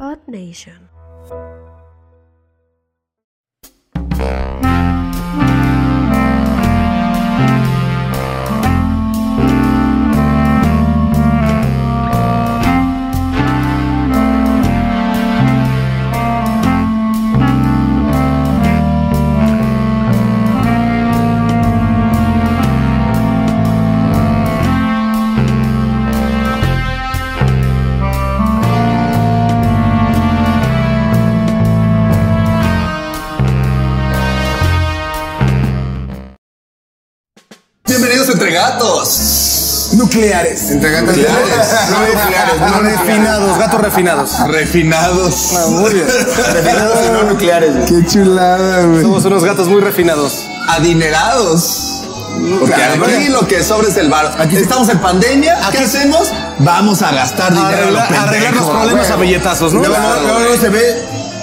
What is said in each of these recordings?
Earth Nation. Bienvenidos a entre gatos. Nucleares. Entre gatos Nucleares. no nucleares, no nucleares. Refinados, gatos refinados. Refinados. muy bien. Refinados y no nucleares. Qué chulada, güey. Somos unos gatos muy refinados. Adinerados. Porque Claro, aquí vaya. lo que sobra es el varo. Aquí- Estamos en pandemia. ¿Qué hacemos? Vamos a gastar dinero. a lo Arregla- pendejo, arreglar los problemas a güey. billetazos, ¿no? Luego, Claro, luego, luego güey. se ve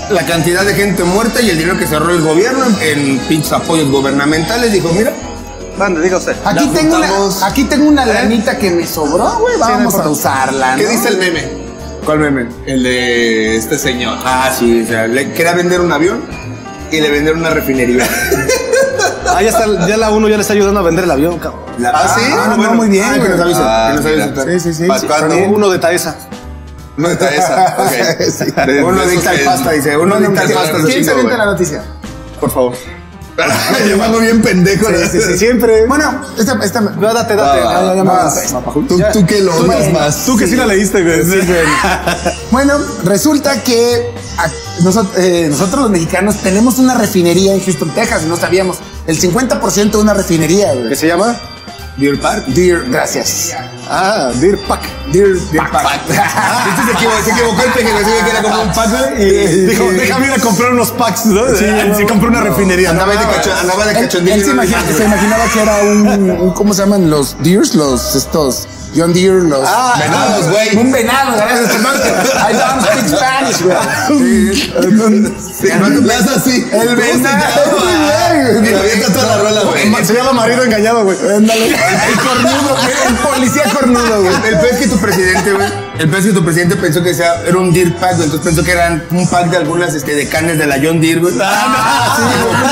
la cantidad de gente muerta y el dinero que cerró el gobierno en, en pinches apoyos gubernamentales. Dijo, mira, Mande, diga usted. Aquí La tengo, juntamos. una, aquí tengo una lanita que me sobró, güey. Vamos a usarla, ¿Qué Ah, ¿no? dice el meme? ¿cuál meme? El de este señor. Ah, sí, o sea, le quería vender un avión y le vendieron una refinería. Ah, ya, está, ya la uno ya le está ayudando a vender el avión, cabrón. La- ¿Ah, sí? no, Ah, bueno. muy bien, Ah, que güey. nos avisen, Ah, que nos mira. avisen. Sí, sí, sí. ¿Para sí. cuándo? Uno de Taesa. No está esa. ok. De- de Uno esos adicta al que- pasta, dice. Uno Uno adicta al adicta al pasta, pasta, ¿Quién se chingo, avienta güey. la noticia? Por favor. Yo me hago bien pendejo. ¿no? siempre. Bueno, Bueno, esta, esta me- no, date, date. Va, va, Ah, ya, ya, más. más. Tú, tú que lo amas más. Tú que sí la leíste, güey. Bueno, resulta que a- nosot- eh, nosotros los mexicanos tenemos una refinería en Houston, Texas, y no sabíamos. El 50% de una refinería, ¿Qué güey. se llama? Deer Park. Dear, gracias. Ah, Deer Pack. Dear, Este se equivocó, se equivocó el peje, que era como un pack, güey, y- Dijo, déjame ir a comprar unos packs, ¿no? Sí, sí compró una refinería. Andaba de cacho- andaba de Él, cachondillo. él se, imagina- se imaginaba que era un, un- ¿Cómo se llaman los deers? Los estos. John Deere, los. Ah, venados, güey. Un venado, gracias, hermano. I don't speak Spanish, güey. Sí. Sí, no te haces así. El ¿Cómo se venado, llama? güey. Y avienta toda la rola, güey. Se llama marido engañado, güey. El cornudo, güey, el policía cornudo, güey. El pez que tu presidente, güey. El pez que tu presidente pensó que sea, era un Deer Pack, güey, Entonces pensó que eran un pack de algunas este, de canes de la John Deere, güey. Ah,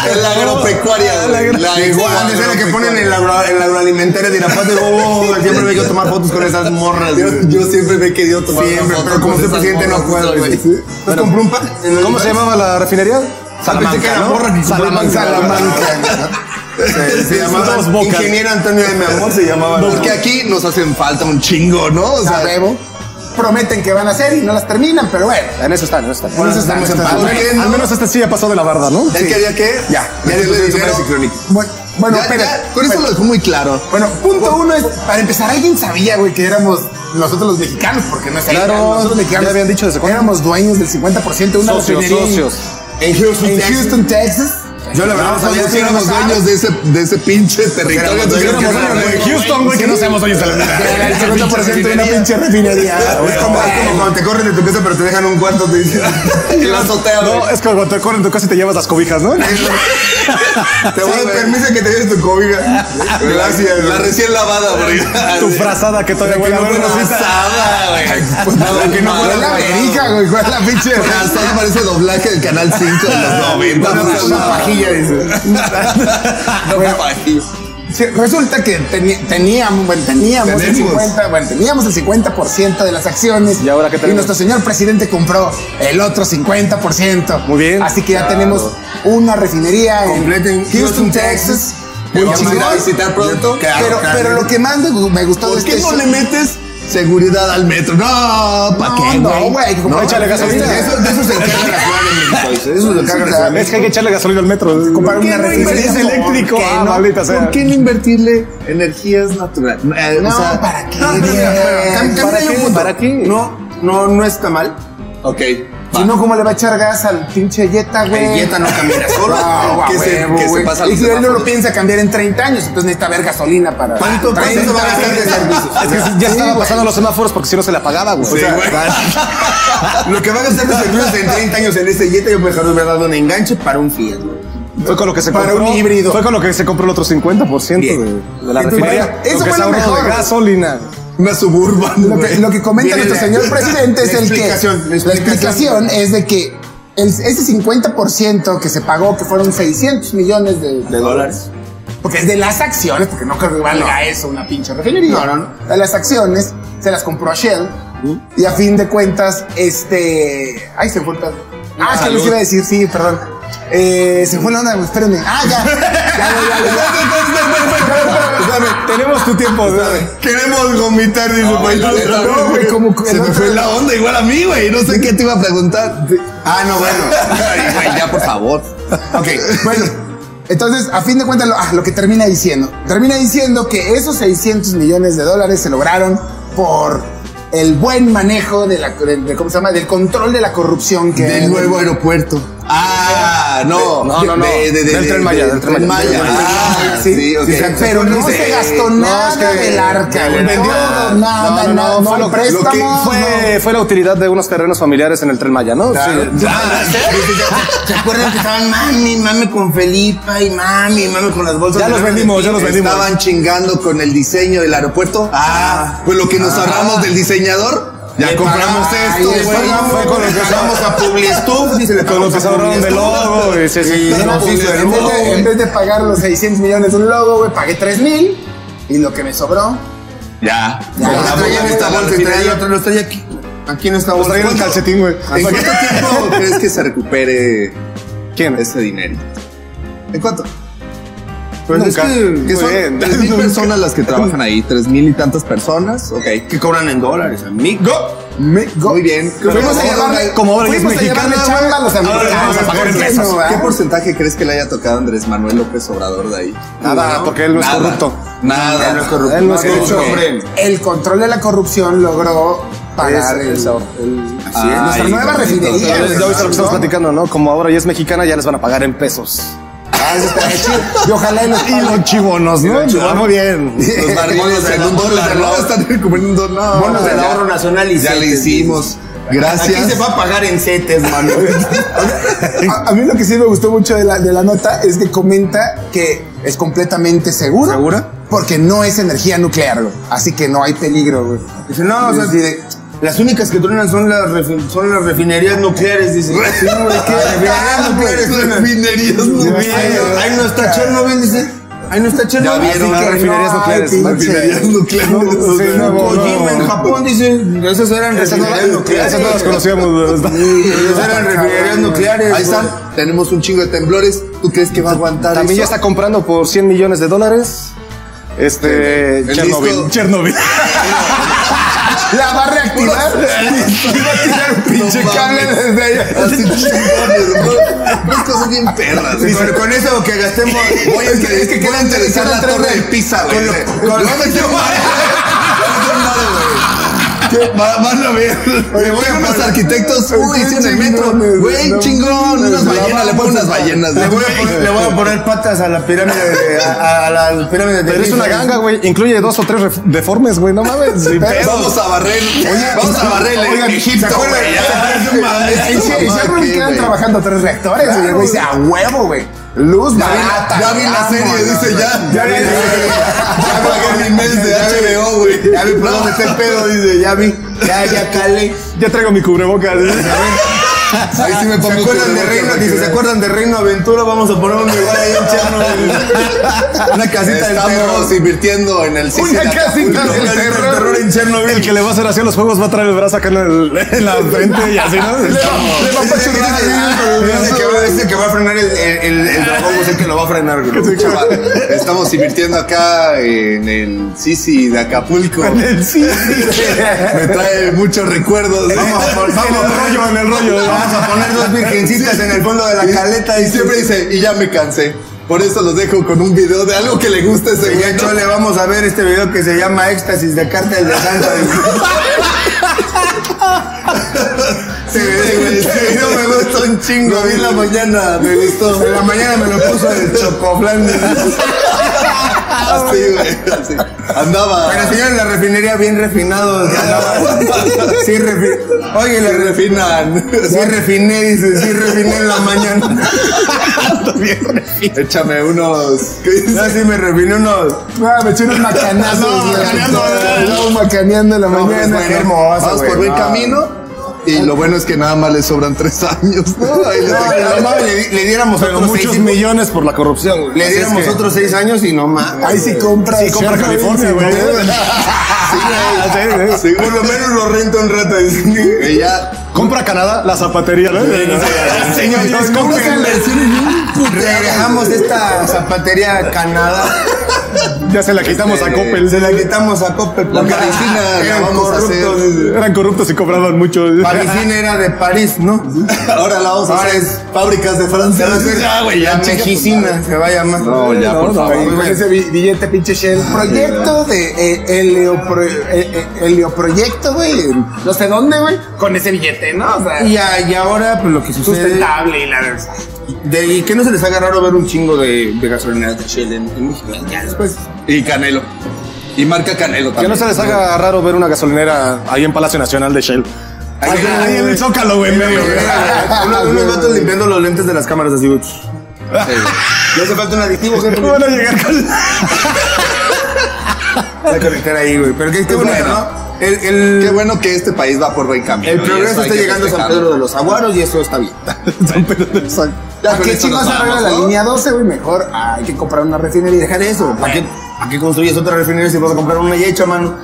Es la agropecuaria, güey. La Igual, antes era que ponen en la, agro- en la agroalimentaria de Irapuato, oh, siempre me quiero tomar fotos con esas morras, Yo, güey. yo siempre me he querido tomar una Siempre, foto pero como con soy esas presidente no morras, puedo, güey. Sí. Pues compré un pack. ¿Cómo se llamaba la refinería? Pensé que era morra que compraba Salamanca. en Salamanca. Se, se llamaba Dos bocas. Ingeniero Antonio de mi amor, se llamaba. Porque aquí nos hacen falta un chingo, ¿no? O A sea, huevo. Prometen que van a hacer y no las terminan, pero bueno. En eso está, en eso está. Bueno, estamos en paz. Al menos- Al menos este sí ya pasó de la barda, ¿no? él quería que. Ya, Ya ya dio el le dinero. Bueno, bueno, Ya, pero- ya, con eso lo dejó muy claro. Bueno, punto uno es, para empezar, alguien sabía, güey, que éramos nosotros los mexicanos, porque no es Claro, nosotros los mexicanos. ya habían dicho desde cuándo. Éramos dueños del 50% de una Socios, refinería en- socios. En Houston, En Houston, Texas. Yo la verdad No, no sabía sabía que si éramos dueños de ese, de ese pinche territorio. éramos dueños, Entonces, éramos ¿qué dueños. Houston, güey, que no seamos hoy en El Salamanca. 50% de una pinche refinería. Es como, es como cuando te corren de tu casa, pero te dejan un cuarto, te dicen. Y la azotea, güey. No, es que cuando te corren tu casa y te llevas las cobijas, ¿no? Te voy a Sí, dar güey. permiso que te des tu cobija. Gracias. La güey. recién lavada, porque. Tu frazada que todavía Que huele no a fue huevos. frazada, güey. pues, No, que no Fue fue la América, güey. Fue la pinche. Hasta parece doblaje del Canal 5 de los 90. Una- no, Una no. pajilla, dice. No, pajillo. Sí, resulta que teni- teníamos, bueno, teníamos, el Tenemos. 50, bueno, teníamos el 50% de las acciones. ¿Y ahora qué tenemos? nuestro señor presidente compró el otro 50%. Muy bien. Así que ya tenemos una refinería Completa en en Houston, Houston, Texas. Que Muy vamos a ir a chingón. visitar pronto. Claro, Pero, claro. pero lo que más me, gu- me gustó de ¿Por este qué no show- le metes seguridad al metro? No, ¿para No, qué, no, güey? güey. como- No, échale gasolina. Sí, Eso- De eso se encarga la Ciudad de México, dice. De eso se encarga la Ciudad de México. Es que hay que echarle gasolina al metro. Comprar una ¿Por Ah, qué no refinería? Es eléctrico. ¿Por qué Ah, no? maldita sea. ¿Por qué no invertirle energías naturales? Eh, No, o sea, ¿para qué? No, pero mira, pero cam- ¿Para cámbiale un qué? punto. ¿Para qué? No, no, no está mal. ok. Si no, ¿cómo le va a echar gas al pinche Jetta, güey? El Jetta no camina solo. Ah, Que a se- huevo, que se güey. pasa los Y si él no semáforos. lo piensa cambiar en 30 años, entonces necesita haber gasolina para. ¿Cuánto para cuánto se va a gastar de servicios? Es que ya estaba pasando los semáforos porque si no se le apagaba, güey. O sea, güey. lo que va a gastar de servicios en 30 años en este Jetta, yo mejor hubiera dado un enganche para un Fiat. güey. Fue con lo que se Para compró. un híbrido. Fue con lo que se compró el otro 50% de, Bien. de la Entonces, refinería. vaya, eso Lo que fue se lo ahorró mejor. de gasolina. Una suburban. Lo que, güey. lo que comenta Viene nuestro la- señor presidente es el la que. explicación, la La explicación explicación es de que el- ese 50% que se pagó, que fueron 600 millones de, de dólares. Porque es de las acciones, porque no creo que valga eso una pinche refinería. No, no, no. De las acciones, se las compró a Shell. Y a fin de cuentas, este. Ay, se fue el pedo. Ah, que les salud. iba a decir, sí, perdón. Eh, se fue la onda, güey, espérenme. Ah, ya. Ya, ya, ya, ya. Pues, Tenemos tu tiempo. Queremos vomitar, dice No, güey, la neta, No, güey, como que Se el me otro- fue la onda igual a mí, güey. No sé qué te iba a preguntar. Ah, no, bueno. Ay, güey, ya, por favor. Ok, bueno. Entonces, a fin de cuentas, lo, ah, lo que termina diciendo. Termina diciendo que esos 600 millones de dólares se lograron por el buen manejo de la, de- de- ¿cómo se llama? Del control de la corrupción que... Del nuevo aeropuerto. Eh, Ah, no. No, no, no. De, de, de, Del de- Tren Maya, de- del Tren Maya. Del Tren Ah, Maya, sí. sí, ok. Sí, pero no se gastó nada del arca, güey. vendió- Ah, Todo, nada, No, no, nada, no, no, fue no, lo- lo préstamo. que fue, fue la utilidad de unos terrenos familiares en el Tren Maya, ¿no? Sí. Ah, ¿Se acuerdan que estaban mami, mami con Felipa y mami, mami con las bolsas? Ya de los lana? vendimos, ya los vendimos. Estaban chingando con el diseño del aeropuerto. Ah, pues lo que nos ahorramos del diseñador. Ya Le compramos pagamos- esto, Ay, güey. le pagamos, Fue con le lo que pagamos a Publistuf. Con lo que se ahorraron de logo. y sí, sí. Sí. No, No, pues, pues, en, vez no, de, en güey. vez de pagar los 600 millones de un logo, güey, pagué 3 mil. Y lo que me sobró... Ya. Ya, Los ya, Compramos traía en esta la bolsa y refinería. traía otro, los traía aquí. Aquí en esta bolsa. traía Pues en el calcetín, güey. ¿En cuánto tiempo crees que se recupere ¿Quién? ese dinero? ¿En cuánto? Pues Nunca. es que- Que muy bien. son tres mil personas las que trabajan ahí, tres mil y tantas personas. Ok. Que cobran en dólares, amigo. Muy bien. Fuimos a llevarle, como ahora ya es fuimos a llevarle mexicana, chamba a los americanos. vamos a pagar en ¿por qué pesos. no, va? ¿Qué porcentaje crees que le haya tocado a Andrés Manuel López Obrador de ahí? Nada, porque él no es Nada, corrupto. Nada. Él no es corrupto. Él no es De hecho, corrupto. hombre. el control de la corrupción logró pagar el, el- Así es. nuestra Ay, nueva bonito, refinería. todo güey, Ya hoy se lo que estamos ¿no? platicando, ¿no? Como ahora ya es mexicana, ya les van a pagar en pesos. Ah, eso está chido. Y ojalá y los Y los chivonos, ¿no? Ah, Muy bien. Los barriles en un dólar, ¿no? Están recuperando un dólar. Bonos del Ya- ahorro nacional y Ya le CETES, hicimos. Gracias. Aquí se va a pagar en CETES, mano. A, a mí lo que sí me gustó mucho de la, de la nota es que comenta que es completamente seguro. ¿Segura? Porque no es energía nuclear, güey. Así que no hay peligro, güey. Dice, no, o sea, las únicas que truenan son las, refi- son las refinerías nucleares, dice. Sí, no, güey, ¿qué? Ah, Refinerías nucleares. truenan. Refinerías nucleares. Ahí no- Ahí no está Chernobyl, dice. Ahí no está Chernobyl. vieron Así las que refinerías no hay nucleares, pinche- Refinerías nucleares. No, sí, no, no. Kojima en Japón, dice. Esas eran Esas refinerías no, nucleares. esas no las conocíamos. ¿verdad? Esas eran refinerías nucleares. Ahí güey. están. Tenemos un chingo de temblores. ¿Tú crees que va a aguantar También ya eso? está comprando por 100 millones de dólares. Este. El disco. Chernobyl. Chernobyl. La va a reactivar. pinche cable desde allá. Así chingones, ¿no? Dos cosas bien perras. Dice, con, con eso que gastemos. Voy a es que quedan interesar la torre de pizza, güey. con- No me quiero marear. No me quiero marear, güey. Va- Van a ver. Le voy a unos pues, arquitectos. Uy, hicieron el metro. Güey, chingón. Unas ballenas. Le pongo unas ballenas. Le voy, a poner, le voy a poner patas a la pirámide de, a, a la pirámide de Pero es una Giza. ganga, güey. Incluye dos o tres ref- deformes, güey. No mames. sin pedo. Vamos a barrer. Vamos a barrer oigan, en ¿se Egipto, acuerdan? güey. ¿se acuerdan de un madre? Ya, Y sí, esa y mamá, seguro que ¿qué, quedan güey? trabajando tres reactores, güey. El güey. Dice, a huevo, güey. Luz Ya vi- barata. Ya vi la serie, vámonos, dice güey. ya. Ah, Ya vi- Ya pagué mi mes de HBO, güey. Ya vi por dónde está el pedo, dice, ya vi. Ya, ya calé. Ya traigo mi cubrebocas. Ahí sí me pongo ¿Se acuerdan de cubrebocas, Reino? güey, Dice, que ¿se acuerdan de Reino Aventura? Vamos a poner un lugar ahí en Chernobyl. Una casita del perro. Estamos invirtiendo en el Una Sicilia. casita Una del casita del terror. terror en Chernobyl. El que le va a hacer así a los juegos va a traer el brazo acá en, el- en la frente y así, ¿no? Le va a apachurrar ahí. Ese que va- ese que va a frenar el, el, el, el dragón, es el que lo va a frenar. güey. Estamos invirtiendo acá en el Sisi de Acapulco. Sí, Me trae muchos recuerdos. Vamos a por- en vamos el a- rollo, en el rollo. Vamos a poner dos virgencitas en el fondo de la caleta y siempre dice, y ya me cansé. Por eso los dejo con un video de algo que le gusta a ese De hecho, güey. le vamos a ver este video que se llama Éxtasis de Cártel de Santa. Sí, güey, Este sí. video me gustó un chingo. Lo vi en la mañana, me gustó. En la mañana me lo puso el chocoflan. Así, Ah, güey. así. Andaba. Pero si en la refinería bien refinado. ya andaba. Sí, refi- Oye, la Se refinería. refinan. Sí refiné, dice, sí refiné en la mañana. Échame unos. ¿Qué dices? No, sí me refiné unos. Ah, me eché unos macanazos. No, güey. macaneando, No, macaneando en la No, pues, mañana. bueno, hermosa, Vamos Ah, güey, por buen no. camino. Y lo bueno es que nada más le sobran tres años. ¿no? Ahí les No, se no, quedan. mames, le, le diéramos Pero otros muchos seis, millones por la corrupción, güey. le Así es diéramos que- otros seis años y no mames. Ahí sí compra. Sí, compra Chevrolet, California, sí, güey. Sí, Sí, güey. güey. Sí, Por güey. lo menos lo rento un rato. dice. Que ya. Compra Canadá, la zapatería, ¿no? Señor, Señores, disculpe. compra Canadá. Regresamos esta zapatería a Canadá. Ya se la quitamos a Coppel. Se la quitamos a Coppel. La porque parisina la eran vamos a hacer. corruptos, dice. Eran corruptos y cobraban mucho. Parisina era de París, ¿no? Ahora la vamos a Ahora hacer. es- Fábricas de Francia. Ya, güey, ya. Mexicina se va a llamar. No, ya, por favor. Ahí, Con ese bi- billete pinche Shell. Proyecto de eh, helio- eh, eh, helioproyecto, güey. en No sé dónde, güey. Con ese billete, ¿no? O sea, Y, a- y ahora, pues lo que sucede. sustentable y la verdad. De, y que no se les haga raro ver un chingo de, de gasolineras de Shell en, en México. Ya después. Y Canelo. Y marca Canelo Que también. no se les haga raro ver una gasolinera ahí en Palacio Nacional de Shell. Ahí, Ahí, ahí, ahí en el Zócalo, güey. en medio, güey. Unos, unos vatos limpiando los lentes de las cámaras así. güey. Le hace falta un aditivo, jefe. Van a llegar con... La carretera ahí, güey. Pero qué, qué bonito, bueno. ¿no? El, el- Qué bueno que este país va por buen camino. el y progreso eso hay está que llegando a San festejarlo. Pedro de los Aguaros y eso está bien. Ya ¿A con qué esto nos chicos arregla vamos, la ¿no? línea 12, güey? Mejor hay que comprar una refinería y dejar Dejar eso. ¿Para qué, para qué construyes otra refinería si vas a comprar una ya hecha, mano?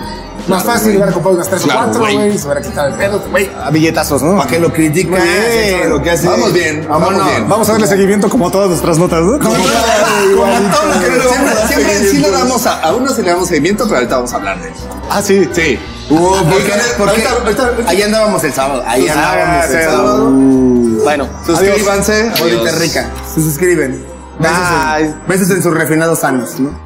Más fácil, hubiera comprado unas 3 Claro, o 4, güey. güey. Se hubiera quitado el pedo, güey. A billetazos, ¿no? ¿Para qué lo critican? Bien. Eso es lo que hace. Vamos bien, vamos Vámonos. bien. Vamos a darle seguimiento como a todas nuestras notas, ¿no? Como todo lo que no le vamos Siempre, a dar siempre sí seguimiento. le damos a, a uno se le damos seguimiento, pero ahorita vamos a hablar de eso. Ah, sí. Sí. Uh, porque, porque Ahorita- ahorita- ahí andábamos el sábado. Ahí Ah, andábamos el sí. sábado. Bueno, adiós. Suscríbanse. Ahorita rica. Se suscriben. Besos, en, besos en sus refinados sanos, ¿no?